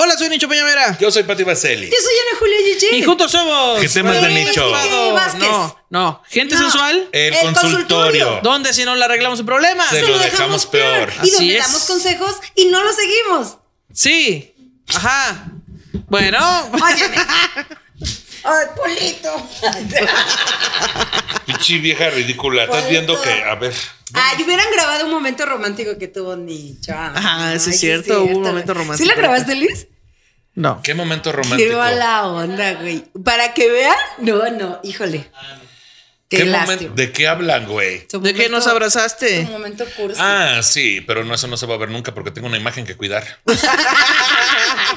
Hola, soy Nicho Peñamera. Yo soy Pati Baselli. Yo soy Ana Julia Gigi. Y juntos somos. ¿Qué temas de Bueno, nicho? Vladimir Vázquez. No, no. Gente No. sensual. El, El consultorio. consultorio. ¿Dónde si no le arreglamos su problema? Se lo dejamos peor. Y Así donde es. damos consejos y no lo seguimos. Sí. Ajá. Bueno. Óyeme. Ay, Polito. Pichi vieja ridícula. Estás Por viendo eso. Ah. que, a ver. Ay, hubieran grabado un momento romántico que tuvo Nicho. Ah, sí es Ay, cierto, hubo un momento romántico. ¿Sí la grabaste, Liz? No. Qué momento Qué romántico. mala onda, güey. Para que vean. No, Ah, no, híjole. Qué, ¿Qué momen- lástima. ¿De qué hablan, güey? Tu ¿De qué momento- nos Tu abrazaste? momento curso. Ah, sí, pero no, eso no se va a ver nunca porque tengo una imagen que cuidar.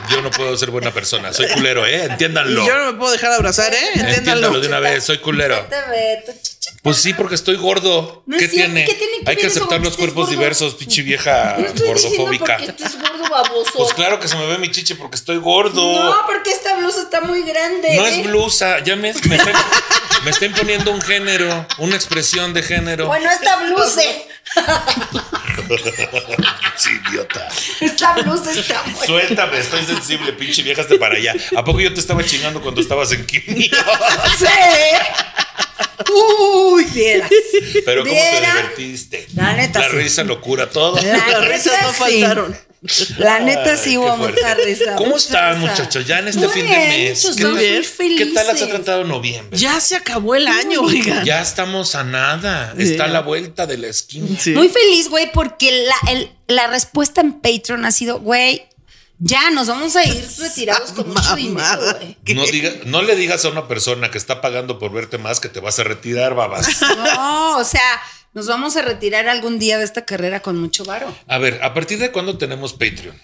Yo no puedo ser buena persona. Soy culero, ¿eh? Y Entiéndanlo. yo no me puedo dejar abrazar, ¿eh? Entiéndanlo Entiéndanlo. de una vez. Soy culero. Te ve, tu chichi. Pues sí, porque estoy gordo. No es ¿Qué, cierto, tiene? ¿qué tiene que Hay que ver eso aceptar con los que estés cuerpos gordo? diversos, pinche vieja No estoy diciendo gordofóbico. porque estés gordo baboso. Ah, Pues claro que se me ve mi chiche porque estoy gordo. No, porque esta blusa está muy grande. No ¿eh? es blusa, ya me, me, está, me está imponiendo un género, una expresión de género. Bueno, esta blusa. Sí, idiota. Esta blusa está muy Suéltame, estoy sensible, pinche vieja, hasta para allá. ¿A poco yo te estaba chingando cuando estabas en quimio? Sí. ¿eh? Uy, vieras. Pero cómo te Viera. divertiste. La neta, sí. risa lo cura todo. Las risas no sí. faltaron. La neta Ay, sí qué hubo fuerte. mucha risa. ¿Cómo mucha están, risa. muchachos? Ya en este Muy fin bien, de mes. muchos ¿Qué estamos tal, muy qué tal has felices. tratado noviembre? Ya se acabó el año, oigan. Ya estamos a nada. Sí. Está a la vuelta de la esquina. Sí. Muy feliz, güey, porque la, el- la respuesta en Patreon ha sido, güey, ya nos vamos a ir retirados con mucho dinero, Mamada. güey. No, diga, no le digas a una persona que está pagando por verte más que te vas a retirar, babas. No, o sea, nos vamos a retirar algún día de esta carrera con mucho varo. A ver, ¿a partir de cuándo tenemos Patreon?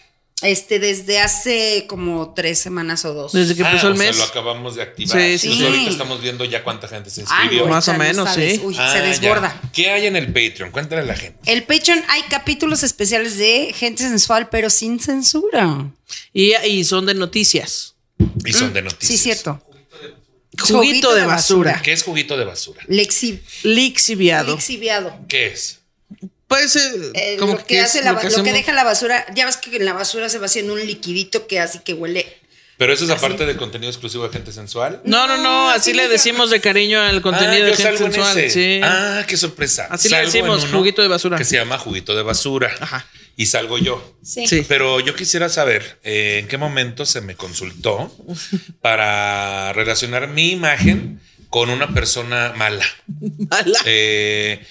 Este, desde hace como tres semanas o dos. Desde que Ah, empezó el o sea, mes. lo acabamos de activar. Sí, sí, Pues sí. ahorita estamos viendo ya cuánta gente se Ah, inscribió. no, Más o ahorita no menos, sabes. sí. Uy, Ah, se ya. desborda. ¿Qué hay en el Patreon? Cuéntale a la gente. El Patreon hay capítulos especiales de gente sensual, pero sin censura. Y, y son de noticias. Y son de noticias. Mm, Sí, cierto. Juguito, de basura. ¿Qué es juguito de basura? Lexi, Lixiviado. lexiviado. ¿Qué es? Puede ser Eh, como lo que, hace la, lo ba- que lo que hacemos. deja la basura, ya ves que en la basura se va haciendo un liquidito que así que huele. Pero eso es Ah, aparte del contenido exclusivo de gente sensual. No, no, no, No, así sí le diga. decimos de cariño al Ah, contenido yo de gente salgo en sensual. ese. Sí. Ah, qué sorpresa. Así le Salgo en decimos, uno juguito de basura. Que se llama juguito de basura. Ajá. Y salgo yo. Sí. Pero yo quisiera saber eh, en qué momento se me consultó para relacionar mi imagen con una persona mala. Mala. Eh,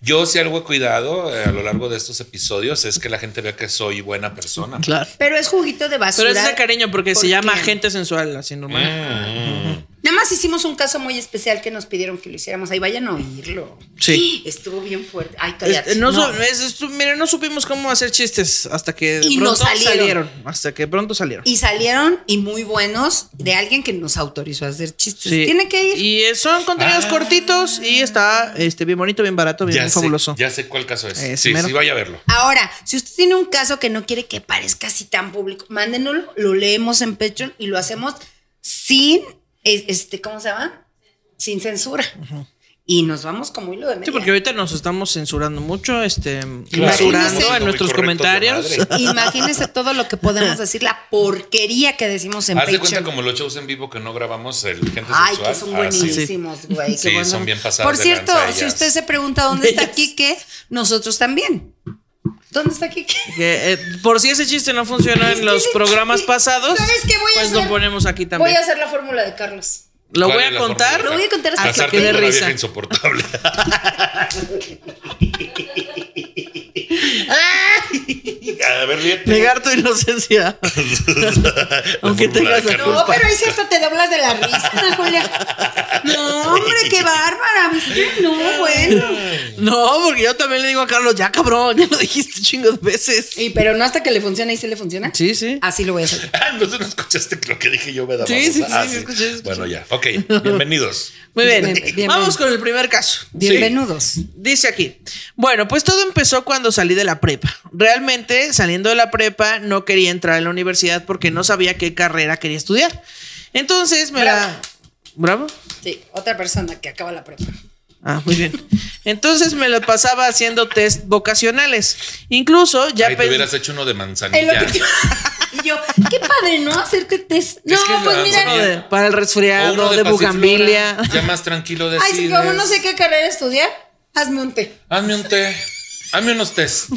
yo si algo he cuidado eh, a lo largo de estos episodios es que la gente vea que soy buena persona. Claro. Pero es juguito de basura. Pero es de cariño porque se llama qué? Ah, gente sensual, así normal. Mm. Nada más hicimos un caso muy especial que nos pidieron que lo hiciéramos. Ahí vayan a oírlo. Sí. Estuvo bien fuerte. Ay, cállate. Es- no, No. su- es- es- mira, no supimos cómo hacer chistes hasta que de Y pronto nos salieron. Hasta que pronto salieron. Y salieron y muy buenos de alguien que nos autorizó a hacer chistes. Sí. pues Tiene que ir. Y eh, son contenidos Ah. cortitos y está este, bien bonito, bien barato, bien Ya, sé, fabuloso. ya sé cuál caso es. Ese sí, mero. sí, vaya a verlo. Ahora, si usted tiene un caso que no quiere que parezca así tan público, mándenoslo, lo leemos en Patreon y lo hacemos sin, es- este, ¿cómo se llama? Sin censura. Y nos vamos como hilo de media. Sí, porque ahorita nos estamos censurando mucho, este, Claro. basurando Imagínense. en nuestros Muy correcto, comentarios. madre. Imagínese todo lo que podemos decir, la porquería que decimos en Haz de cuenta Patreon. como los shows en vivo que no grabamos el gente Ay, sexual. que son Ah, sí. buenísimos, güey. qué Sí, bueno. son bien pasadas Por de cierto, lanza si ellas. usted se pregunta dónde está Ellas. Quique, nosotros también. ¿Dónde está Quique? Que, eh, por si ese chiste no funcionó Es en que los ese programas chiste- pasados, ¿Sabes qué voy a pues hacer? lo ponemos aquí Voy también. a hacer la fórmula de Carlos. Lo ¿Cuál voy es a la contar. fórmula? Lo voy a contar hasta hasta Casarte que dé con una vieja risa. insoportable. A ver, ríete. Negar tu inocencia. Aunque La fórmula tengas la de No, Carlos culpa. pero es esto, te doblas de la risa, Julia. No, hombre, qué bárbara, ¿viste? No, bueno. No, porque yo también le digo a Carlos, ya cabrón, ya lo dijiste chingos veces. Y pero no hasta que le funcione y se le funciona. Sí, sí. Así lo voy a hacer. Ah, no, no escuchaste lo que dije yo, ¿verdad? Sí, sí, babosa? sí, Ah, sí, escuché, escuché. Bueno, ya. Ok, bienvenidos. Muy bien. Bien, bien, Vamos bien. con el primer caso. Bienvenidos. Dice aquí, bueno, pues todo empezó cuando salí de la prepa. Realmente, saliendo de la prepa, no quería entrar a la universidad porque no sabía qué carrera quería estudiar. Entonces me la... ¿Bravo? Sí, otra persona que acaba la prepa. Ah, muy bien. Entonces me la pasaba haciendo test vocacionales. Incluso ya Ahí te pen- hubieras hecho uno de Es lo manzanilla. que te- Y yo, qué padre, ¿no? Hacerte test. No, que la pues Uno mira. manzanilla- de- para el O resfriado, uno de, pasiflora. bugambilia. Ya más tranquilo decides. Ay, si como no sé qué carrera estudiar, hazme un té. Hazme un té. Hazme unos test.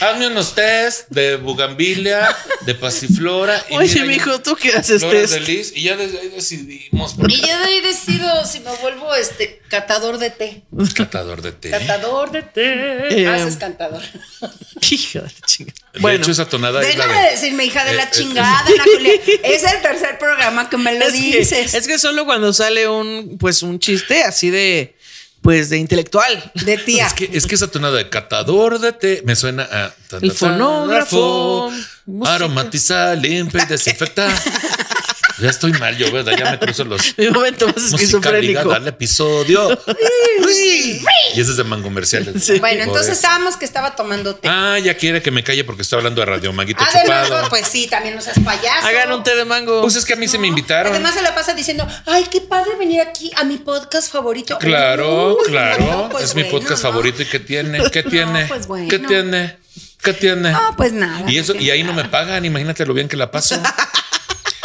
Hazme unos test de bugambilia, de pasiflora. y Oye, mira, ya- mijo, ¿tú qué haces Flores test? de lis, y ya desde ahí decidimos por Y ya de ahí decido si me vuelvo este catador de té. ¿Eh? catador de té. De Catador de té. Eh. Haces cantador. Hija de la chingada. Bueno, hecho, esa tonada es la Déjame de- decirme, hija de Eh, la eh, chingada, Ana Julia. Es el tercer programa que me lo es que, dices. es que solo cuando sale un, pues, un chiste así de, pues, de intelectual. de tía. Es que, es que esa tonada de catador de té me suena a. tan, El tan, tan, fonógrafo, grafo, Aromatizar, limpia y desinfecta. Ya estoy mal, yo, ¿verdad? Ya me cruzo los. Mi momento más Musicalidad esquizofrénico. al episodio. y ese es de mangomerciales. Sí. bueno, Por eso. entonces este- estábamos que estaba tomando té. Ah, ya quiere que me calle porque estoy hablando de Radio Manguito Además, Chupado. pues sí, también no seas payaso. Hagan un té de mango. Pues es que a mí se me invitaron. Además se la pasa diciendo, ay, qué padre venir aquí a mi podcast favorito. Claro, Uy, claro. no, pues es mi bueno, podcast ¿no? favorito. ¿Y qué tiene? ¿Qué No, tiene? pues bueno. ¿Qué tiene? ¿Qué tiene? No, pues nada. y eso, no y ahí no me tiene pagan, imagínate lo bien que la paso.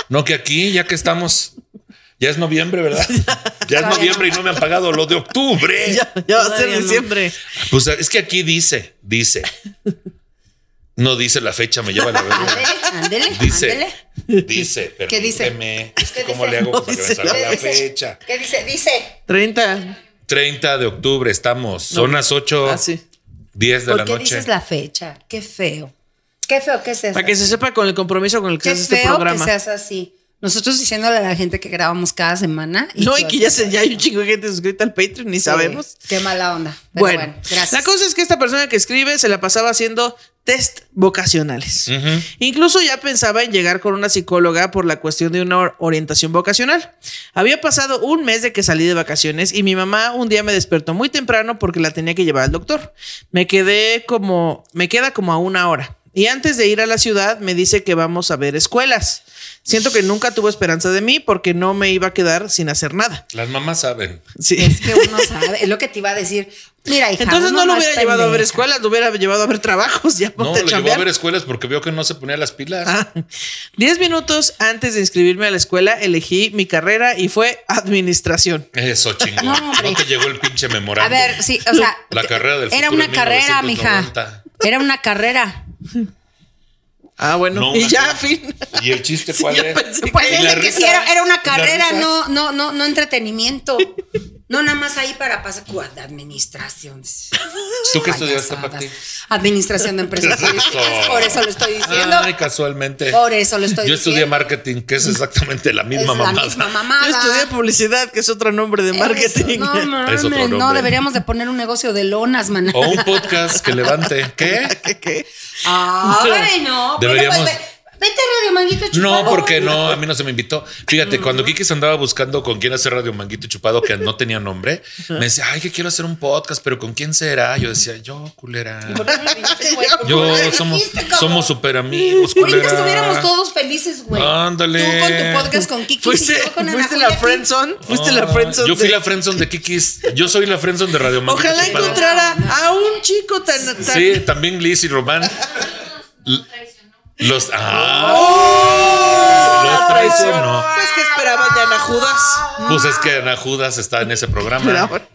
no, que aquí, ya que estamos, ya es noviembre, ¿verdad? Ya es Todavía noviembre y no me han pagado lo de octubre. Ya, ya va a ser Todavía no. diciembre. Pues es que aquí dice, dice. No dice la fecha, me lleva la verga. nada. Ándele, ándele, Dice, ándele. dice, ¿Qué dice? permíteme, es que ¿Qué ¿Cómo dice? le hago No para que me dice salga la la fecha. fecha? ¿Qué dice? Dice. 30. 30 de octubre estamos, son No. las 8, Ah, sí. 10 de la ¿Por qué noche. dices la fecha? Qué feo. Qué feo que es eso. Para que se sepa con el compromiso con el que Qué es este feo que programa. seas así. Nosotros diciéndole a la gente que grabamos cada semana. No, tú y que ya, así. se, ya hay un chingo de gente suscrita al Patreon, ni Sí, sabemos. Qué mala onda. Pero Bueno, bueno, gracias. la cosa es que esta persona que escribe se la pasaba haciendo test vocacionales. Ujú. Incluso ya pensaba en llegar con una psicóloga por la cuestión de una or- orientación vocacional. Había pasado un mes de que salí de vacaciones y mi mamá un día me despertó muy temprano porque la tenía que llevar al doctor. Me quedé como, me queda como a una hora. Y antes de ir a la ciudad me dice que vamos a ver escuelas. Siento que nunca tuvo esperanza de mí porque no me iba a quedar sin hacer nada. Las mamás saben. Sí. Es que uno sabe, es lo que te iba a decir. Mira, hija, Entonces uno no lo es hubiera llevado a ver pendeja. escuelas, lo hubiera llevado a ver trabajos, ya No, ponte lo a llevó a chambear. ver escuelas porque vio que no se ponía las pilas. Ah, Diez minutos antes de inscribirme a la escuela elegí mi carrera y fue administración. Eso, chingón. No, No, hombre. te llegó el pinche A memorando. ver, sí, o sea. La carrera del Era futuro una en carrera, mija. 1990. Era una carrera. Ah, bueno. No, y una ya, carrera. fin. ¿Y el chiste Sí, cuál ya es? pensé Pues ¿Y es la de que risa? sí, era, era ¿Y una la carrera, risa? no, no, no, no entretenimiento. No, nada más ahí para pasar. ¿Cuál? Administración. ¿Tú qué estudiaste, Payasadas. Pati? Administración de empresas. turísticas, Por eso lo estoy diciendo. Ay, casualmente. Por eso lo estoy Ah, Yo diciendo. estudié marketing, que es exactamente la Es misma mamada. la misma mamada. Yo estudié publicidad, que es otro nombre de Eso, marketing. No, Es otro mames, no nombre. Oh. deberíamos de poner un negocio de lonas, man. O un podcast que levante. ¿Qué? ¿Qué, qué? Ay, Ah, no. pero Deberíamos- pues ve- vete a Radio Manguito No, Chupado. porque no, a mí no se me invitó. Mm. Fíjate, cuando Kikis andaba buscando con quién hacer Radio Manguito Chupado, que no tenía nombre, me decía, ay, que quiero hacer un podcast, pero ¿con quién será? Yo decía, yo, culera. Yo somos, somos super amigos, Ahorita culera. estuviéramos todos felices, güey. Ándale. Tú con tu podcast con Kiki. ¿Fuiste, y yo con Ana fuiste Julia la aquí. friendzone? ¿Fuiste la Ah, friendzone? Yo fui de- la friendzone de Kikis. Yo soy la friendzone de Radio Manguito Ojalá Chupado. encontrara a un chico tan... tan- Sí, también Liz y Román. Los. ¡Ah! Oh. Los traicionó. Pues que esperaban de Ana Judas. Pues, Pues es que Ana Judas está en ese programa. Esperaban.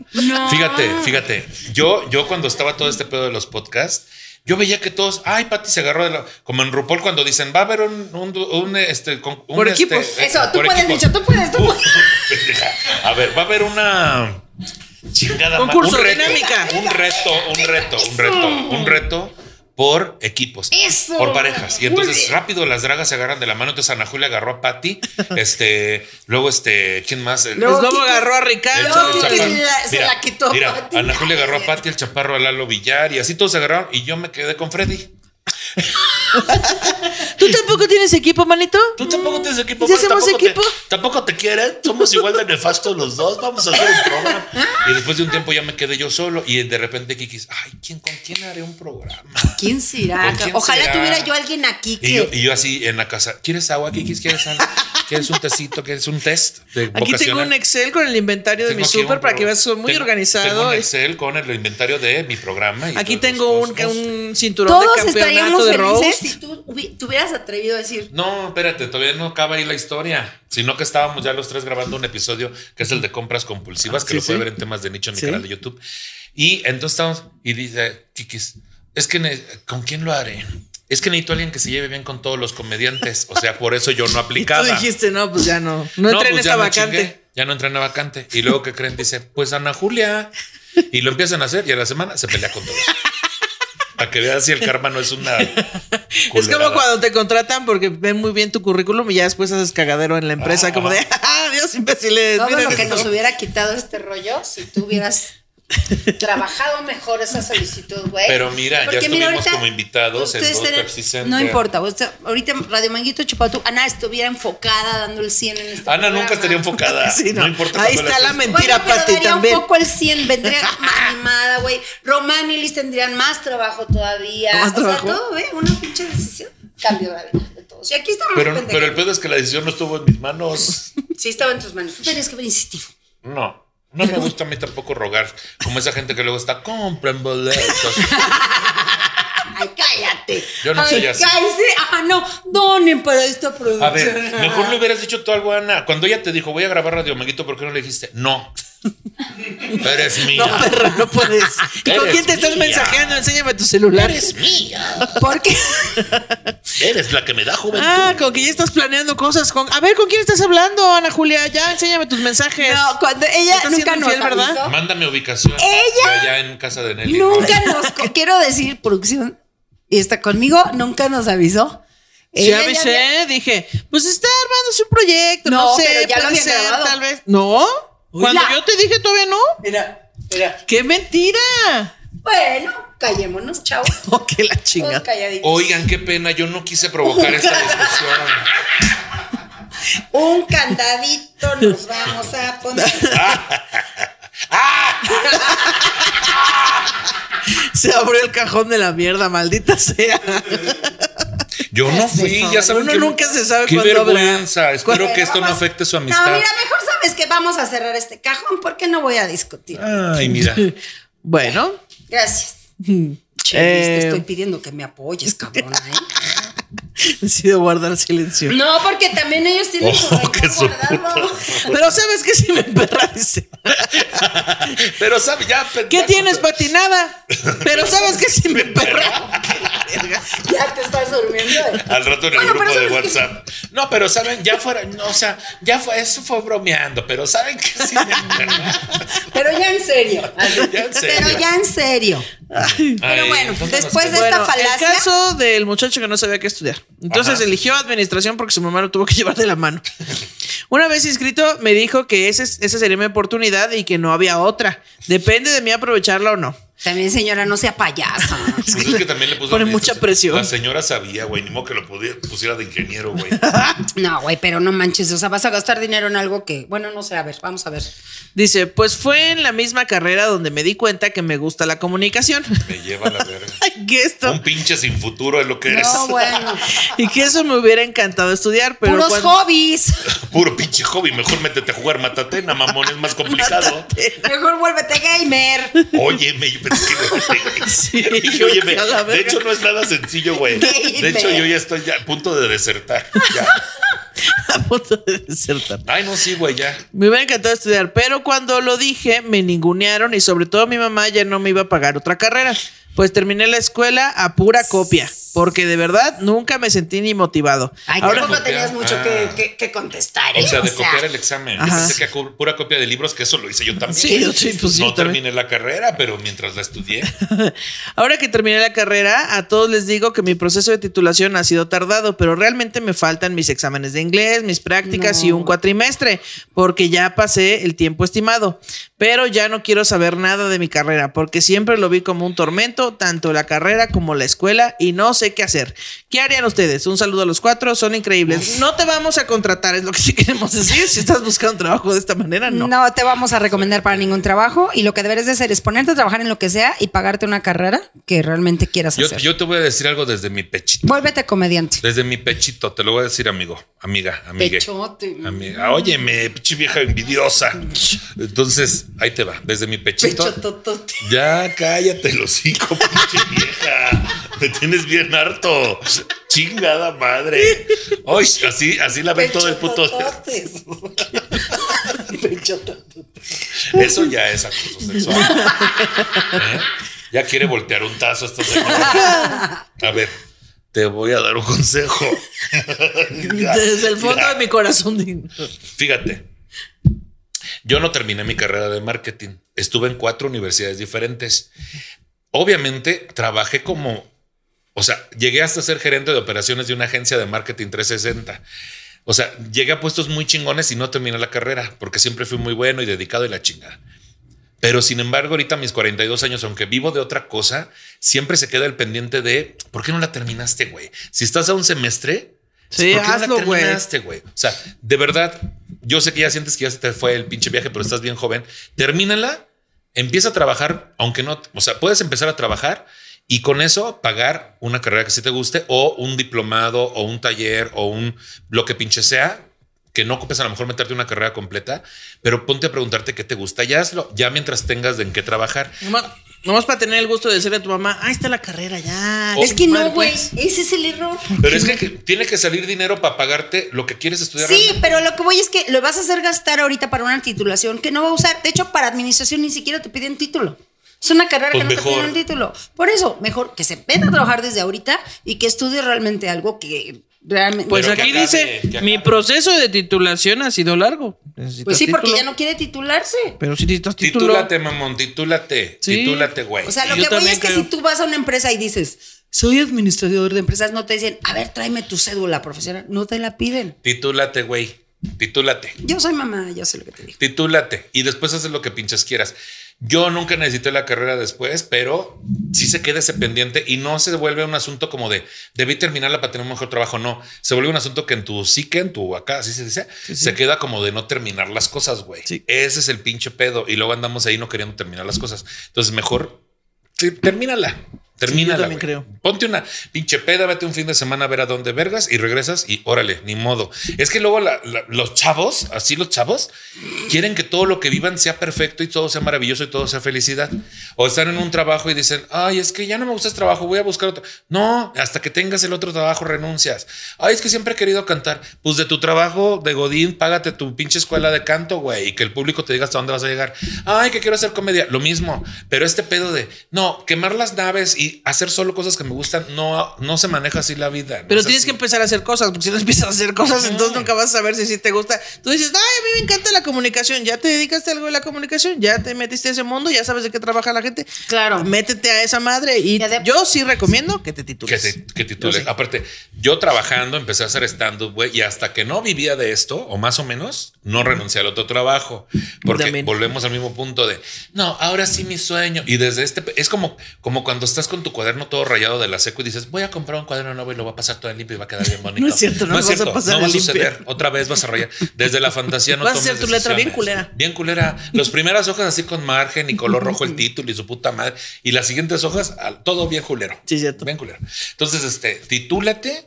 Fíjate, fíjate. Yo, yo cuando estaba todo este pedo de los podcasts, yo veía que todos, ay, Pati se agarró de la. Como en RuPaul, cuando dicen, va a haber un. un, un, este, con- un, Por este, equipos. eh, Eso, tú por puedes, equipos. Nicho, tú puedes, tú Uh, puedes. pendeja. a ver, va a haber una. Chingada ma- Concurso, un reto, dinámica. Un reto, un reto, un reto, un reto por equipos. Eso. Por parejas. Y Muy entonces bien. rápido las dragas se agarran de la mano. Entonces Ana Julia agarró a Patty. Este, luego, este, ¿quién más? El- Luego Luego Kike- agarró a el Luego Ricardo. cha- el Kike chaparro. se la- se la quitó a mira, Patty. Ana Julia agarró a Patty, el chaparro a Lalo Villar y así todos se agarraron. Y yo me quedé con Freddy. ¿Tú tampoco tienes equipo, manito? Tú tampoco tienes equipo. ¿Ya pues, hacemos tampoco te- equipo? tampoco te quieren. Somos igual de nefastos los dos. Vamos a hacer un programa. Y después de un tiempo ya me quedé yo solo. Y de repente Kikis, ay, ¿quién, ¿con quién haré un programa? ¿Quién será? ¿Con quién Ojalá será? tuviera yo alguien aquí que. Y yo, y yo así en la casa, ¿quieres agua, Kikis? ¿Quieres algo? ¿Quieres un tecito? ¿Quieres un test? de Aquí tengo vocacional? un Excel con el inventario de Tengo mi aquí un súper para que pro- veas, soy muy tengo- Tengo organizado. un Es- Excel con el inventario de mi programa. y Aquí todas tengo las un, cosas. un cinturón Todos de campeonato estaríamos de felices roast. si tú hubi- te hubieras atrevido a decir. No, espérate, todavía no acaba ahí la historia, sino que estábamos ya los tres grabando un episodio que es el de compras compulsivas, que Ah, Sí, lo puede sí. ver en temas de nicho en mi Sí. canal de YouTube. Y entonces estamos, y dice, Kikis, es que ne- ¿con quién lo haré? Es que necesito a alguien que se lleve bien con todos los comediantes. O sea, por eso yo no Y tú aplicaba. dijiste, no, pues ya no. No entré en pues esta ya me vacante. chingué, ya no entré en la vacante. Y luego, ¿qué creen? Dice, pues Ana Julia. Y lo empiezan a hacer y a la semana se pelea con todos. Para que veas si el karma no es una. Es como culerada. cuando te contratan porque ven muy bien tu currículum y ya después haces cagadero en la empresa, Ah. como de, ¡ah, Dios imbéciles! Todo miren lo que esto". nos hubiera quitado este rollo si tú hubieras trabajado mejor esa solicitud, güey. Pero mira, ya estuvimos como invitados en ustedes dos eran- Pepsi Center. No importa, o sea, ahorita Radio Manguito Chupatú, Ana estuviera enfocada dando el 100 en este Ana nunca programa. estaría enfocada. Sí, no. no. importa. Ahí cuando está la haces. mentira. Bueno, pero Pati, daría también. un poco el 100, vendría animada, güey. Román y Liz tendrían más trabajo todavía. ¿Más o trabajo? sea, todo, güey, una pinche decisión. Cambio la vida de todos. Y aquí estamos. Pero, pendejos. pero el pedo es que la decisión no estuvo en mis manos. Sí, estaba en tus manos. Tú tenías que haber insistido. No. No me gusta a mí tampoco rogar, como esa gente que luego está, compren boletos. Ay, cállate. Yo no Ay, soy así. cállese. Ah, no. Donen para esta producción. A ver, mejor le hubieras dicho tú algo a Ana. Cuando ella te dijo, voy a grabar Radio Manguito, ¿por qué no le dijiste? No. Eres mía. No, perra, no puedes. ¿Con Eres quién te estás mía. mensajeando? Enséñame tu celular. Eres mía. ¿Por qué? Eres la que me da juventud. Ah, con que ya estás planeando cosas. Con... A ver, ¿con quién estás hablando, Ana Julia? Ya, enséñame tus mensajes. No, cuando ella Estás nunca siendo nos infiel, ¿verdad? avisó. Mándame ubicación. Ella- Allá en casa de Nelly. Nunca nos. co- Quiero decir, producción. Y está conmigo, nunca nos avisó. Sí, Ella ya avisé, había- dije, pues está armando su proyecto, no, No, sé, pero ya lo puede habían ser, grabado. tal vez. No, cuando la- yo te dije todavía no. Mira, mira. ¡Qué mentira! Bueno, callémonos, chao. Oh, qué la Todos chingada. calladitos. Oigan, qué pena, yo no quise provocar esta discusión. Un candadito nos vamos a poner. Se abrió el cajón de la mierda, maldita sea. Yo no fui, ya saben Uno que nunca se sabe qué cuándo habrá. vergüenza. Espero Pero que esto no vamos- afecte su No, amistad. mira, mejor sabes que vamos a cerrar este cajón porque no voy a discutir. Ay, mira. Bueno, Gracias. Che, Luis, Eh, te estoy pidiendo que me apoyes, cabrona, ¿eh? decido guardar silencio. No, porque también ellos tienen su Ojo, que rencor su guardado. Pero sabes que si me emperraste. Pero sabe, ya. ¿Qué pendejo, tienes pero- patinada? Pero sabes que si me emperra. Ya te estás durmiendo. ¿eh? Al rato en el Bueno, grupo pero de ¿sabes qué? WhatsApp. No, pero saben, ya fuera, no, o sea, ya fue, eso fue bromeando, pero saben que sí. Pero ya en serio. Ya en serio. Pero ya en serio. Pero bueno, este, después de- Bueno, Esta el falacia- caso del muchacho que no sabía qué estudiar. Entonces Ajá. eligió administración porque su mamá lo tuvo que llevar de la mano. Una vez inscrito, me dijo que ese, esa sería mi oportunidad y que no había otra. Depende de mí aprovecharla o no. También, señora, no sea payasa. Pues es que también le puso Pone mucha administración. presión. La señora sabía, güey, ni modo que lo pudiera, pusiera de ingeniero, güey. No, güey, pero no manches. O sea, vas a gastar dinero en algo que, bueno, no sé, a ver, vamos a ver. Dice, pues fue en la misma carrera donde me di cuenta que me gusta la comunicación. Me lleva a la verga. Ay, que esto. Un pinche sin futuro es lo que eres. No, bueno. Y que eso me hubiera encantado estudiar, pero Puros cuando- hobbies. Puro pinche hobby. Mejor métete a jugar matatena, mamón. Es más complicado. Mejor vuélvete gamer. Óyeme, yo pensé que me Sí, Dije, óyeme, a la de verga. hecho no es nada sencillo, güey. De hecho, yo ya estoy ya a punto de desertar. Ya. a punto de desertar. Ay, no, sí, güey, ya. Me hubiera encantado estudiar, pero cuando lo dije me ningunearon y sobre todo mi mamá ya no me iba a pagar otra carrera. Pues terminé la escuela a pura copia, Porque de verdad nunca me sentí ni motivado. Ay, Ahora, tampoco tenías mucho Ah. que, que- que contestar. ¿eh? O sea, de copiar el examen. Yo Ajá. pensé que a cu- pura copia de libros, que eso lo hice yo también. Sí, yo sí, pues sí, no yo también. terminé la carrera, pero mientras la estudié. ahora que terminé la carrera, a todos les digo que mi proceso de titulación ha sido tardado, pero realmente me faltan mis exámenes de inglés, mis prácticas y No. un cuatrimestre, porque ya pasé el tiempo estimado. Pero ya no quiero saber nada de mi carrera, porque siempre lo vi como un tormento, tanto la carrera como la escuela, y no sé qué hacer. ¿Qué harían ustedes? Un saludo a los cuatro, son increíbles. No te vamos a contratar, es lo que sí queremos decir. Si estás buscando un trabajo de esta manera, no. No. te vamos a recomendar para ningún trabajo y lo que deberes de hacer es ponerte a trabajar en lo que sea y pagarte una carrera que realmente quieras Yo, hacer. yo te voy a decir algo desde mi pechito. Vuélvete comediante. Desde mi pechito, te lo voy a decir, amigo, amiga, amigue. Pechote. Amiga, óyeme, pinche vieja envidiosa. Entonces, ahí te va, desde mi pechito. Pechototote. Ya cállate los hocico, pinche vieja. Me tienes bien harto. Chingada madre. Hoy así, así la ven todo el puto. Pechotototes. Pechotototes. Eso ya es acoso sexual. ¿Eh? Ya quiere voltear un tazo esta señora. A ver, te voy a dar un consejo. Desde el fondo Mira, de mi corazón. Fíjate, yo no terminé mi carrera de marketing. Estuve en cuatro universidades diferentes. Obviamente trabajé como, o sea, llegué hasta ser gerente de operaciones de una agencia de marketing 360. O sea, llegué a puestos muy chingones y no terminé la carrera porque siempre fui muy bueno y dedicado y la chingada. Pero sin embargo, ahorita a mis 42 años, aunque vivo de otra cosa, siempre se queda el pendiente de ¿por qué no la terminaste, güey? Si estás a un semestre, Sí, ¿por qué no la hazlo, güey. terminaste, güey? O sea, de verdad, yo sé que ya sientes que ya se te fue el pinche viaje, pero estás bien joven. Termínala, empieza a trabajar, aunque no, o sea, puedes empezar a trabajar y con eso pagar una carrera que sí te guste o un diplomado o un taller o un lo que pinche sea que no ocupes a lo mejor meterte una carrera completa, pero ponte a preguntarte qué te gusta y hazlo ya mientras tengas de en qué trabajar. Nomás, nomás para tener el gusto de decirle a tu mamá, ahí está la carrera ya. Oh, Es que no, Madre, güey. pues. Ese es el error. Pero es que que tiene que salir dinero para pagarte lo que quieres estudiar. Sí, realmente. pero lo que voy es que lo vas a hacer gastar ahorita para una titulación que no va a usar. De hecho, para administración ni siquiera te piden título. Es una carrera Pues que no te mejor. piden un título. Por eso, mejor que se meta a trabajar desde ahorita y que estudie realmente algo que realmente. Pues Pero que aquí acabe, dice, que acabe. mi proceso de titulación ha sido largo. pues sí, porque ya no quiere titularse. Pero si necesitas título. Titúlate, mamón, titúlate. Sí. Titúlate, güey. O sea, lo Yo que voy también es que creo. si tú vas a una empresa y dices, soy administrador de empresas, no te dicen, a ver, tráeme tu cédula profesional. No te la piden. Titúlate, güey. Titúlate. Yo soy mamá, yo sé lo que te digo. Titúlate y después haces lo que pinches quieras. Yo nunca necesité la carrera después, pero sí se queda ese pendiente y no se vuelve un asunto como de debí terminarla para tener un mejor trabajo. No se vuelve un asunto que en tu psique, en tu acá, así se dice, se queda como de no terminar las cosas, güey. Sí. Ese es el pinche pedo y luego andamos ahí no queriendo terminar las cosas. Entonces, mejor sí, termínala. Termínala. yo también güey. creo. Ponte una pinche peda, vete un fin de semana a ver a dónde vergas y regresas y órale, ni modo. Es que luego la- la- los chavos, así los chavos, quieren que todo lo que vivan sea perfecto y todo sea maravilloso y todo sea felicidad. O están en un trabajo y dicen, ay, es que ya no me gusta este trabajo, voy a buscar otro. No, hasta que tengas el otro trabajo renuncias. Ay, es que siempre he querido cantar. Pues de tu trabajo de Godín, págate tu pinche escuela de canto, güey, y que el público te diga hasta dónde vas a llegar. Ay, que quiero hacer comedia. Lo mismo, pero este pedo de, no, quemar las naves y hacer solo cosas que me gustan, no, no se maneja así la vida. No Pero es tienes así. que empezar a hacer cosas, porque si no empiezas a hacer cosas, entonces nunca vas a saber si sí te gusta. Tú dices, ay, a mí me encanta la comunicación, ya te dedicaste a algo de la comunicación, ya te metiste a ese mundo, ya sabes de qué trabaja la gente. Claro. Métete a esa madre y Y adep- yo sí recomiendo que te que, titules. te, que titules. Aparte, yo trabajando empecé a hacer stand-up, güey, y hasta que no vivía de esto, o más o menos, no renuncié al otro trabajo, porque También. volvemos al mismo punto de, no, ahora sí mi sueño. Y desde este, pe- es como, como cuando estás con tu cuaderno todo rayado de la seco y dices, voy a comprar un cuaderno nuevo y lo voy a pasar todo limpio y va a quedar bien bonito. No es cierto, no lo vas a pasar no va a de limpio. suceder. Otra vez vas a rayar. Desde la fantasía no Vas a hacer tomes tu letra bien decisiones. culera. Bien culera. Las primeras hojas así con margen y color rojo el título y su puta madre. Y las siguientes hojas, al- todo bien culero. Sí, cierto. Bien culero. Entonces, este, titúlate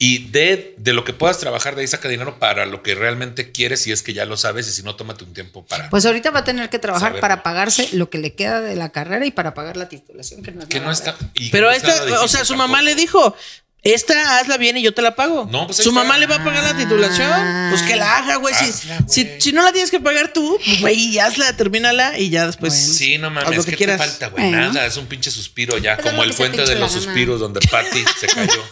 y de, de lo que puedas trabajar, de ahí saca dinero para lo que realmente quieres, si es que ya lo sabes, y si no, tómate un tiempo para. Pues ahorita va a tener que trabajar Saber. para pagarse lo que le queda de la carrera y para pagar la titulación que no es que no nada. está. y Pero no es esta, nada o difícil sea, su mamá tampoco. le dijo, Esta hazla bien y yo te la pago. No, pues ahí Su está. mamá le va a pagar la titulación. Pues que la haga, güey. Si, Hazla, güey. si- si no la tienes que pagar tú, pues, güey, hazla, termínala y ya después. Sí, no haz mames, lo es que que te quieras. falta, güey. Bueno. Nada, es un pinche suspiro ya, Pues es como lo el que se puente pinche de la los gana. suspiros donde Patty se cayó.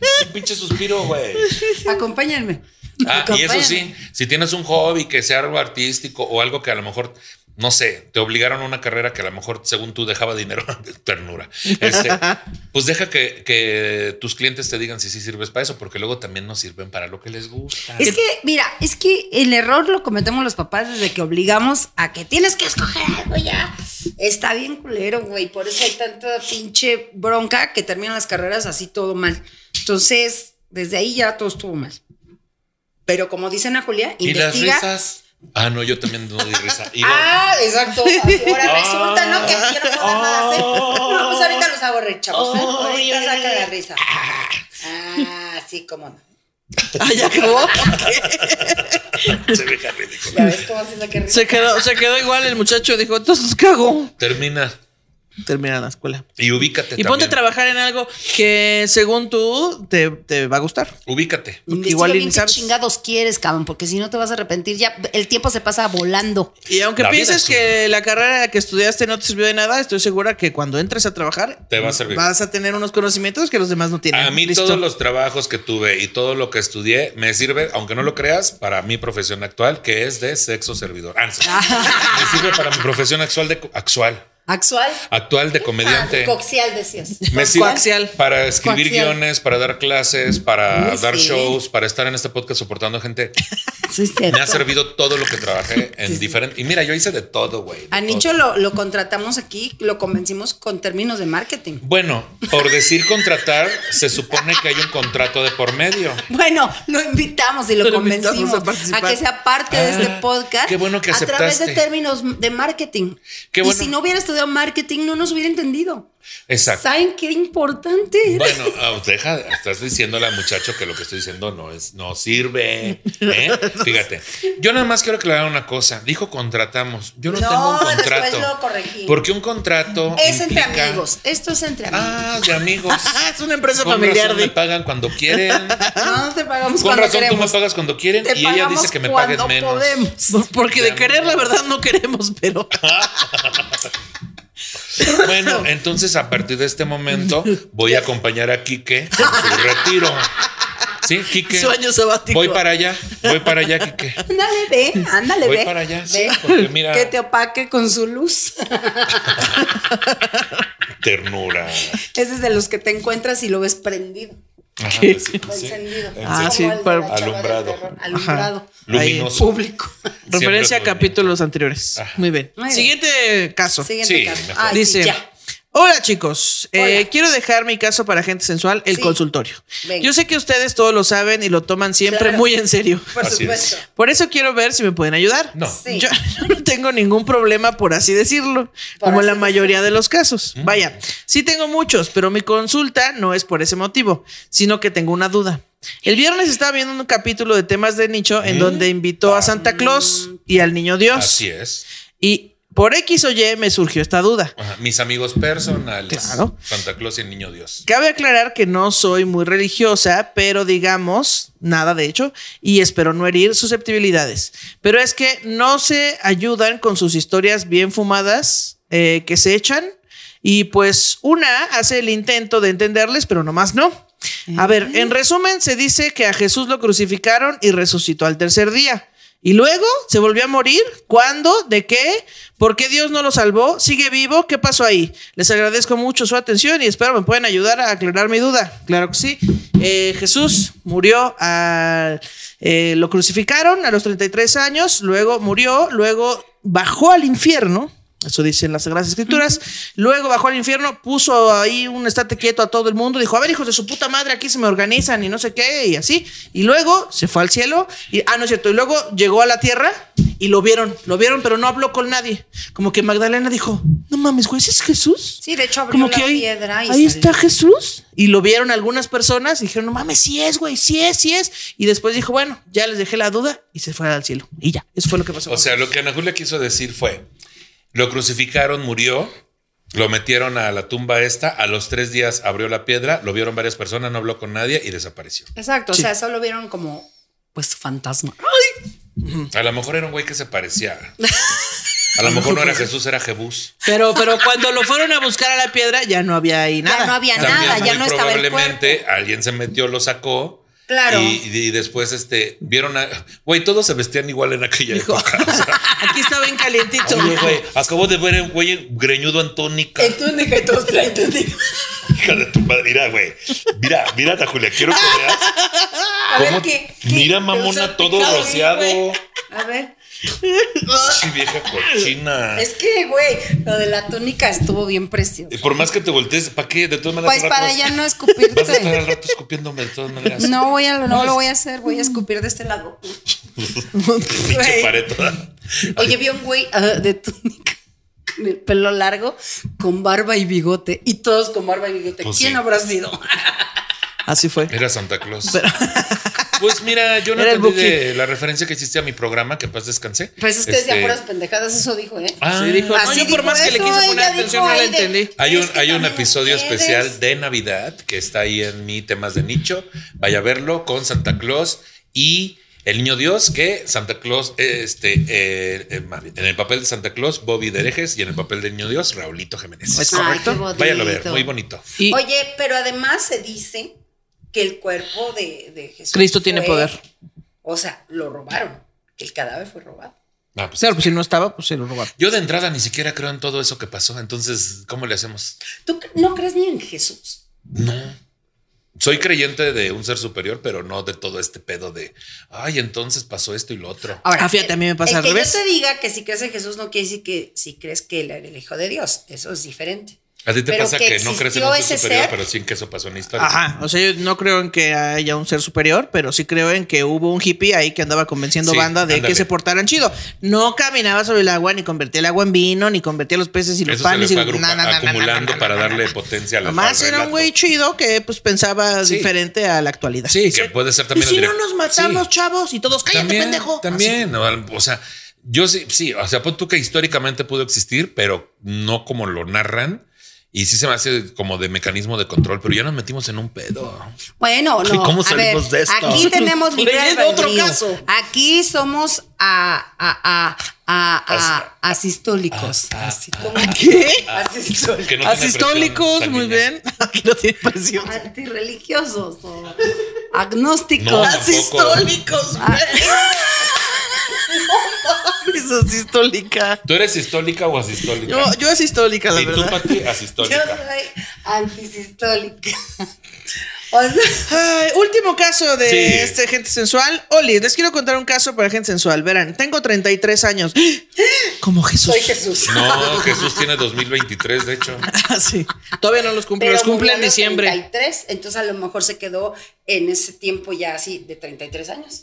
Es un pinche suspiro, güey. Acompáñenme. Ah, y eso Acompáñenme. sí, si tienes un hobby que sea algo artístico o algo que a lo mejor, no sé, te obligaron a una carrera que a lo mejor, según tú, dejaba dinero, ternura. Este, Ah, pues deja que, que tus clientes te digan si sí sirves para eso, porque luego también nos sirven para lo que les gusta. Es que, mira, es que el error lo cometemos los papás desde que obligamos a que tienes que escoger algo ya. Está bien culero, güey. Por eso hay tanta pinche bronca que terminan las carreras así todo mal. Entonces, desde ahí ya todo estuvo mal. Pero como dicen a Julia, y las investiga. risas. Ah, no, yo también no di risa. Y Ah, exacto. Así, Ahora Ah. resulta, ¿no? Que aquí yo no puedo nada hacer. Oh. No, pues ahorita los hago reír, chavos. ¿eh? Oh, Ahorita ya, saca ya. la risa. Ah, sí, cómo no. Ah, ya acabó. no, se ve ridículo. Ya ves cómo se saca risa. se, quedó, se quedó igual el muchacho. Dijo, entonces cago. Termina Termina la escuela. y ubícate. Y ponte a también. trabajar en algo que según tú te, te va a gustar. Ubícate. Porque Investiga igual y bien ni qué sabes. chingados quieres, cabrón, porque si no te vas a arrepentir. Ya el tiempo se pasa volando. Y aunque La vida pienses es que la carrera que estudiaste no te sirvió de nada, estoy segura que cuando entres a trabajar Te va a servir. Vas a tener unos conocimientos que los demás no tienen. A mí Listo. todos los trabajos que tuve y todo lo que estudié me sirve, aunque no lo creas, para mi profesión actual, que es de sexo servidor. Ah, no sé. me sirve para mi profesión actual de, co- actual, Actual. actual de comediante. Coxial, decías. Me sirve Coaxial. para escribir Coaxial. guiones, para dar clases, para Uy, dar sí. shows, para estar en este podcast soportando gente. Sí, cierto. Me ha servido todo lo que trabajé en diferente. Y mira, yo hice de todo, güey. de A Nicho todo. lo, lo contratamos aquí, lo convencimos con términos de marketing. Bueno, por decir contratar, se supone que hay un contrato de por medio. Bueno, lo invitamos y lo, Lo invitamos convencimos a a, participar. que sea parte de este Ah, podcast qué bueno que a través de aceptaste. términos de marketing. Qué bueno. Y si no hubiera estudiado marketing, no nos hubiera entendido. Exacto. ¿Saben qué importante era? Bueno, ah, deja, estás diciéndole al muchacho que lo que estoy diciendo no es, no sirve. ¿eh? Fíjate, yo nada más quiero aclarar una cosa. Dijo contratamos. Yo no, No, tengo un después contrato. lo corregí. Porque un contrato Es entre implica- amigos. Esto es entre amigos. Ah, de amigos. Ah, es una empresa Con familiar. razón me De... pagan cuando quieren. no ah. te pagamos Con Pues cuando razón tú me queremos. pagas cuando quieren Te y ella pagamos dice que me cuando paguen menos. podemos. Porque de Ya. querer, la verdad, no queremos, pero. Bueno, entonces a partir de este momento voy a acompañar a Quique en su retiro. Sí, Quique. Sueño sabático. Voy para allá, voy para allá, Quique. Ándale, ve, ándale, Voy ve. para allá, sí, ve, porque mira- Que te opaque con su luz. Ternura. Ese es de los que te encuentras y lo ves prendido. Ajá, pues sí, o sí. encendido. Ah, Como sí, el de para- la chava del Alumbrado. terror, Alumbrado. Luminoso. Público. Referencia a Siempre capítulos anteriores. Ajá. Muy bien. Muy bien. Siguiente caso. Siguiente Sí, caso. mejor. Ah, Dice. sí, ya. Hola chicos, Eh, Hola. quiero dejar mi caso para gente sensual, el Sí. consultorio. Venga. Yo sé que ustedes todos lo saben y lo toman siempre Claro. muy en serio. Por Así es. supuesto. Por eso quiero ver si me pueden ayudar. No. Sí. Yo no tengo ningún problema, por así decirlo, como así la decirlo. mayoría de los casos. Mm. Vaya, sí tengo muchos, pero mi consulta no es por ese motivo, sino que tengo una duda. El viernes estaba viendo un capítulo de temas de nicho en donde invitó a Santa Claus y al niño Dios. Mm. Así es. Y por X o Y me surgió esta duda. Ajá, Mis amigos personales. Claro. Santa Claus y el niño Dios. Cabe aclarar que no soy muy religiosa, pero digamos, nada de hecho, y espero no herir susceptibilidades. Pero es que no se ayudan con sus historias bien fumadas eh, que se echan, y pues una hace el intento de entenderles, pero nomás no. A ver, en resumen, se dice que a Jesús lo crucificaron y resucitó al tercer día. Y luego se volvió a morir. ¿Cuándo? ¿De qué? ¿Por qué Dios no lo salvó? ¿Sigue vivo? ¿Qué pasó ahí? Les agradezco mucho su atención y espero me pueden ayudar a aclarar mi duda. Claro que sí. Eh, Jesús murió, al- eh, lo crucificaron a los 33 años, luego murió, luego bajó al infierno. Eso dicen las Sagradas Escrituras. Luego bajó al infierno, puso ahí un estate quieto a todo el mundo. Dijo, a ver, hijos de su puta madre, aquí se me organizan y no sé qué, y así. Y luego se fue al cielo. Y, ah, no es cierto. Y luego llegó a la tierra y lo vieron. Lo vieron, pero no habló con nadie. Como que Magdalena dijo, no mames, güey, ¿ese es Jesús? Sí, de hecho abrió Como la que ahí, piedra y ahí salió. está Jesús. Y lo vieron algunas personas y dijeron, no mames, sí es, güey, sí es, sí es. Y después dijo, bueno, ya les dejé la duda y se fue al cielo. Y ya, eso fue lo que pasó. O sea, lo que Ana Julia quiso decir fue: lo crucificaron, murió, Lo metieron a la tumba esta, a los tres días abrió la piedra, lo vieron varias personas, no habló con nadie y desapareció. Exacto, Sí. o sea, solo vieron como pues su fantasma. A lo mejor era un güey que se parecía. A lo mejor no era Jesús, era Jebús. Pero, pero cuando lo fueron a buscar a la piedra, ya no había ahí nada. Ya no había nada, ya muy no estaba el probablemente cuerpo. alguien se metió, lo sacó. Claro. Y, y después, este, vieron a. Güey, todos se vestían igual en aquella época. O sea, Aquí estaba en calientito. oye, güey, acabo de ver a un güey greñudo en tónica. túnica y todos traen túnica. Hija de tu madre, mira, güey. Mira, mírate, Julia, quiero que veas. A cómo- ver qué. qué- mira, mamona, usa todo picado, rociado. güey. A ver. Sí, vieja cochina. Es que, güey, lo de la túnica estuvo bien precioso. Y Por más que te voltees, ¿para qué? De todas maneras. Pues al para rato- ya no Vas a estar escupirte. al rato escupiéndome de todas maneras. No voy a, no lo voy a hacer, voy a escupir de este lado. Pinche güey. pared toda. Oye, vi a un güey ah, de túnica con el pelo largo, con barba y bigote, y todos con barba y bigote. Pues ¿Quién sí. habrá sido? Así fue. Era Santa Claus. pues mira, yo no Era el entendí Buki. de la referencia que hiciste a mi programa, que en paz descansé. Pues es que Este, decía puras pendejadas, eso dijo, ¿eh? Ah, Sí, dijo, no, Así yo por dijo más que le eso, quise poner ella atención, dijo, no la ay, de- entendí. Hay un, Es que hay un también episodio ustedes. especial de Navidad que está ahí en mi temas de nicho. Vaya a verlo con Santa Claus y el niño Dios, que Santa Claus, eh, este, eh, eh, más bien, en el papel de Santa Claus, Bobby Derejes, y en el papel del niño Dios, Raulito Jiménez. Es Ay, correcto. qué bonito. Váyalo a ver, muy bonito. Y Oye, pero además se dice que el cuerpo de, de Jesús. Cristo tiene fue- poder. O sea, lo robaron. que El cadáver fue robado. Ah, pues, claro, pues si no estaba, pues se lo robaron. Yo de entrada ni siquiera creo en todo eso que pasó. Entonces, ¿cómo le hacemos? ¿Tú cre- no crees ni en Jesús? No. Soy creyente de un ser superior, pero no de todo este pedo de, ay, entonces pasó esto y lo otro. Ahora, Ah, fíjate, a mí me pasa el al que revés. yo te diga que si crees en Jesús no quiere decir que si crees que él era el hijo de Dios. Eso es diferente. A ti te Pero pasa que que, no crees en existió un ser ese superior, ser. pero sí en que eso pasó en la historia. Ajá, o sea, yo no creo en que haya un ser superior, pero sí creo en que hubo un hippie ahí que andaba convenciendo Sí, banda de ándale. que se portaran chido. No caminaba sobre el agua, ni convertía el agua en vino, ni convertía los peces y los Eso se le panes. fue y agrupa- na, na, na, na, acumulando na, na, para na, na, darle na. potencia a la Nomás era un güey chido que pues pensaba Sí. diferente a la actualidad. Sí, que puede ser también Y si el no director. nos matamos, Sí. chavos, y todos, cállate, También, pendejo. también, o, o sea, yo sí, sí, o sea, pon tú que históricamente pudo existir, pero no como lo narran. Y sí se me hace como de mecanismo de control, pero ya nos metimos en un pedo. Bueno, Ay, no. ¿cómo a salimos ver, de esto? Aquí tenemos libre Leyendo otro albedrío. caso. Aquí somos a, a, a, a, As- Ah, a, asistólicos. Así, ¿cómo? ¿Qué? Asistólicos. Que no tiene Asistólicos, presión muy sanguínea. bien. Aquí no tiene presión. antirreligiosos o No, agnósticos. tampoco. ¿eh? Asistólicos, güey. Ah. No mames, asistólica. ¿Tú eres histólica o asistólica? Yo, yo asistólica, la y tú, verdad. Pati, Yo asistólica. soy antisistólica. O sea, Ay, último caso de Sí. este gente sensual. Oli, les quiero contar un caso para gente sensual. Verán, tengo 33 años. Como Jesús. soy Jesús. No, Jesús tiene 2023, de hecho. Ah, Sí. Todavía no los cumple, los cumple murió a en los diciembre. 33, entonces a lo mejor se quedó en ese tiempo ya así de 33 años.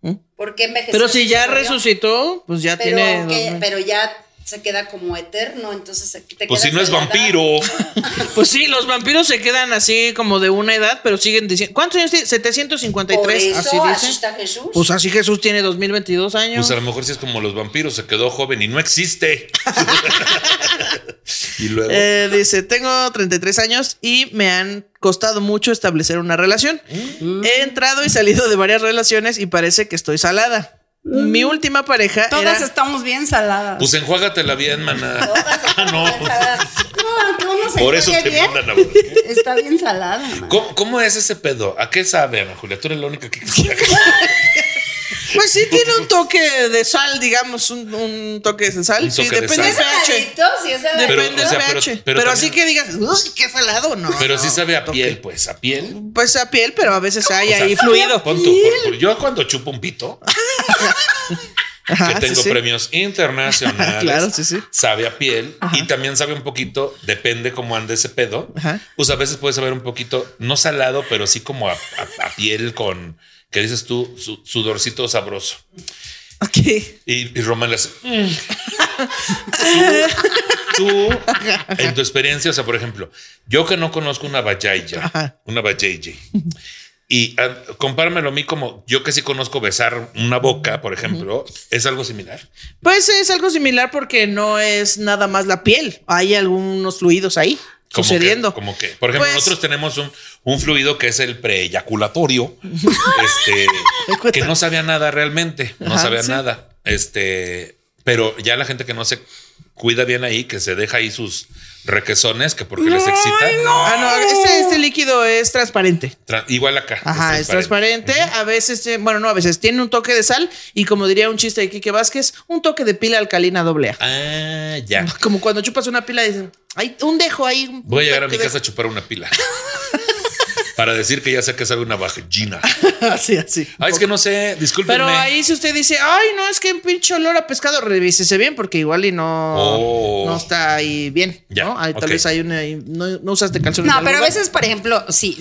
¿Mm? ¿Por qué envejeció? Pero si ya murió? resucitó, pues ya pero, tiene. dos que- mil. pero ya se queda como eterno, entonces aquí te Pues si quedas no es en la edad. vampiro. Pues sí, los vampiros se quedan así como de una edad, pero siguen diciendo. ¿Cuántos años tiene? Por 753, eso, así así dicen. está Jesús. Pues así Jesús tiene 2022 años. Pues a lo mejor si es como los vampiros, se quedó joven y no existe. y luego. Eh, dice, tengo 33 años y me han costado mucho establecer una relación. He entrado y salido de varias relaciones y parece que estoy salada. Mm. Mi última pareja Todas era... estamos bien saladas. Pues enjuágatela bien, maná. Ah, no. pues, No, aunque uno se Por eso enjuague te bien, mandan a buscar. Está bien salada, man. ¿Cómo, cómo es ese pedo? ¿A qué sabe, Ana Julia? Tú eres la única que. Pues sí tiene un toque de sal, digamos, un, un toque de sal. Un Sí, toque de depende del ¿Es sal. pH. saladito? Sí, es saladito. Pero, Depende o sea, del pero- pH. Pero, pero así también- que digas, uy, qué salado, no. Pero sí no, sabe a toque. piel, pues, a piel. Pues a piel, pero a veces hay O sea, ahí fluido. pon tú, por- por- yo cuando chupo un pito, Ajá, que Ah, sí, tengo sí. premios internacionales. Claro, sí, sí. Sabe a piel y también sabe un poquito, depende cómo ande ese pedo. Ajá. Pues a veces puede saber un poquito, no salado, pero sí como a, a- a piel con, que dices tú, su, sudorcito sabroso. Ok. Y, y Román le hace, "Mm". tú, tú, en tu experiencia, o sea, por ejemplo, yo que no conozco una vajayja, Ajá. una vajayji, Y ah, compármelo a mí como yo que sí conozco besar una boca, por ejemplo, es algo similar. Pues es algo similar porque no es nada más la piel. Hay algunos fluidos ahí Como sucediendo. que- como que, por ejemplo, Pues- nosotros tenemos un, un fluido que es el preeyaculatorio, este, que no sabía nada realmente, no Ajá, sabía sí. nada. Este, pero ya la gente que no se cuida bien ahí, que se deja ahí sus requesones, que porque les excita. Ah, no, este, este líquido es transparente. Tra- igual acá. Ajá, es transparente. A veces, eh, bueno, no, a veces tiene un toque de sal y como diría un chiste de Quique Vázquez, un toque de pila alcalina doble A. Ah, ya. Como cuando chupas una pila y dicen, hay un dejo ahí. un Voy a llegar a mi toque de-". casa a chupar una pila. para decir que ya sé que sabe una vagina. así, así. Ah, es que no ¿eh? sé, discúlpenme. Pero ahí si usted dice, ay, no, es que un pinche olor a pescado, revísese bien porque igual y no, Oh. no está ahí bien. Ya, ¿no? Ahí tal ok. vez hay una, ahí no, no usaste calzones. No, en pero a algún veces, por ejemplo, si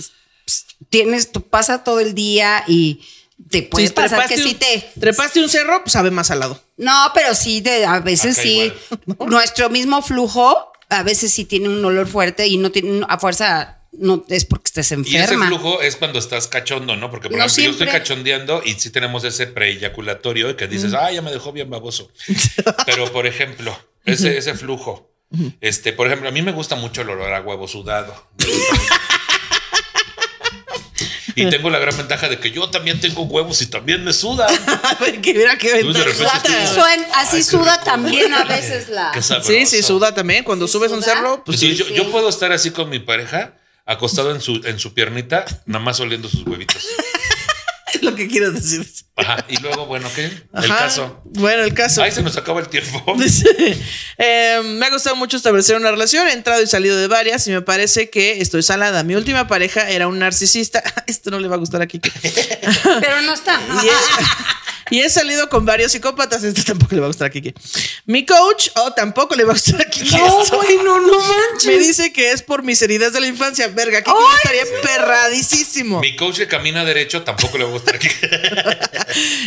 pues, tienes, tú pasa todo el día y te lugar. puede pasar que trepaste sí un- te. Trepaste un cerro, pues sabe más salado. No, pero sí, de- a veces Acá sí. Nuestro mismo flujo, a veces sí tiene un olor fuerte y no tiene, a fuerza, no es porque estés Y ese enferma. flujo es cuando estás cachondo, ¿no? Porque por No ejemplo, yo estoy siempre. cachondeando y sí tenemos ese preeyaculatorio que dices, ah, ya me dejó bien baboso. Pero por ejemplo, ese, ese flujo. Este, por ejemplo, a mí me gusta mucho el olor a huevo sudado. Me gusta mucho. Y tengo la gran ventaja de que yo también tengo huevos y también me sudan. A ver, que mira qué Tú de repente Así, estás- suen- así Ay, qué suda rico, también a güey. veces la. Qué sabroso. Sí, sí, suda también. Cuando Sí, subes un suda. cerro, pues sí. Entonces, yo, yo puedo estar así con mi pareja, acostado en su, en su piernita, nada más oliendo sus huevitos. Es lo que quiero decir. Ajá. Y luego, bueno, ¿qué? El Ajá. caso. Bueno, el caso. Ahí se nos acaba el tiempo. Dice, eh, me ha gustado mucho establecer una relación, he entrado y salido de varias y me parece que estoy salada. Mi última pareja era un narcisista. Ah, Esto no le va a gustar aquí. Pero no está. ¿no? Y he, y he salido con varios psicópatas. Esto tampoco le va a gustar a Kike. Mi coach, oh, tampoco le va a gustar a Kike. esto. Ah, no, no manches. Me dice que es por mis heridas de la infancia. Verga, Kike yo estaría perradísimo. Mi coach que camina derecho tampoco le va a gustar aquí.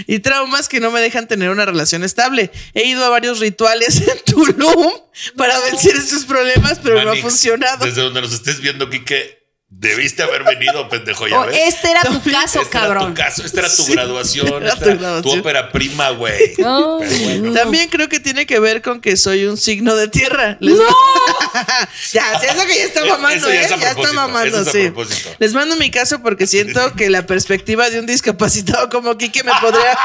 Y traumas que no me dejan tener una relación estable. He ido a varios rituales en Tulum para vencer estos problemas, pero no ha Manix, funcionado. Desde donde nos estés viendo, Quique, debiste haber venido, pendejo, ya Oh, ves. este era tu Este caso, era cabrón. tu caso, esta era tu graduación, era esta tu era tu, graduación. ópera prima, güey. No. Pero bueno. También creo que tiene que ver con que soy un signo de tierra. Les- ya, sí, eso que ya está Eso mamando, ya ¿eh? es a Ya está propósito, mamando, eso es a sí. propósito. Les mando mi caso porque siento que la perspectiva de un discapacitado como Quique me podría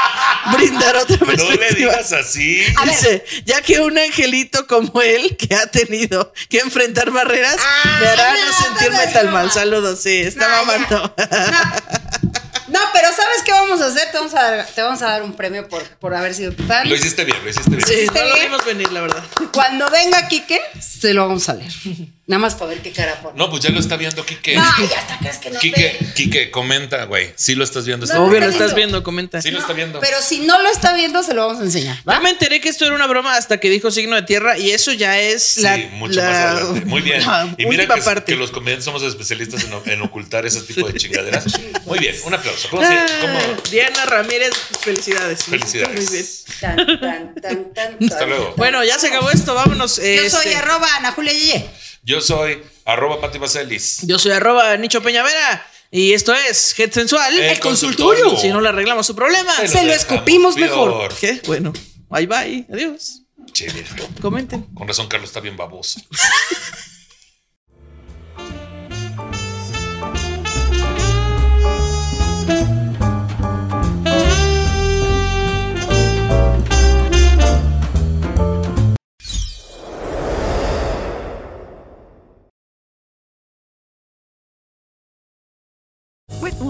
brindar otra No perspectiva. le digas así. A ver. Dice, ya que un angelito como él, que ha tenido que enfrentar barreras, Ah, me hará no, no, sentirme todo es tan broma. mal. Saludos, sí, está No, ya. mamando. No, pero ¿sabes qué vamos a hacer? Te vamos a dar, te vamos a dar un premio por, por haber sido tan. Lo hiciste bien, lo hiciste bien. Sí, ¿Está no lo bien? vimos venir, la verdad. Cuando venga Quique, se lo vamos a leer. Nada más para ver qué cara pone. No, pues ya lo está viendo, Quique. Ay, hasta crees que no Quique, ve. Quique, comenta, güey. Sí lo estás viendo. No, está Obvio, bien. lo está estás viendo. viendo, comenta. Sí lo está viendo. Pero si no lo está viendo, se lo vamos a enseñar. Ya me enteré que esto era una broma hasta que dijo signo de tierra y eso ya es Sí, la, mucho la- más adelante. Muy bien. la Y mira última que, parte. que los comediantes somos especialistas en, o- en ocultar ese tipo de chingaderas. Muy bien, un aplauso. ¿Cómo se- cómo- Ah, Diana Ramírez, felicidades. Felicidades. Muy bien. Tan, tan, tan, tan, Hasta tan. luego. Bueno, ya se acabó esto, vámonos. Yo soy este, arroba Ana Julia Yeye. Yo soy arroba Pati Vaselis. Yo soy arroba Nicho Peñavera y esto es Head Sensual. El consultorio. Si no le arreglamos su problema. Se lo dejamos escupimos mejor. peor. ¿Qué? Bueno, bye bye. Adiós. Che, viejo. Comenten. Con razón, Carlos está bien baboso. With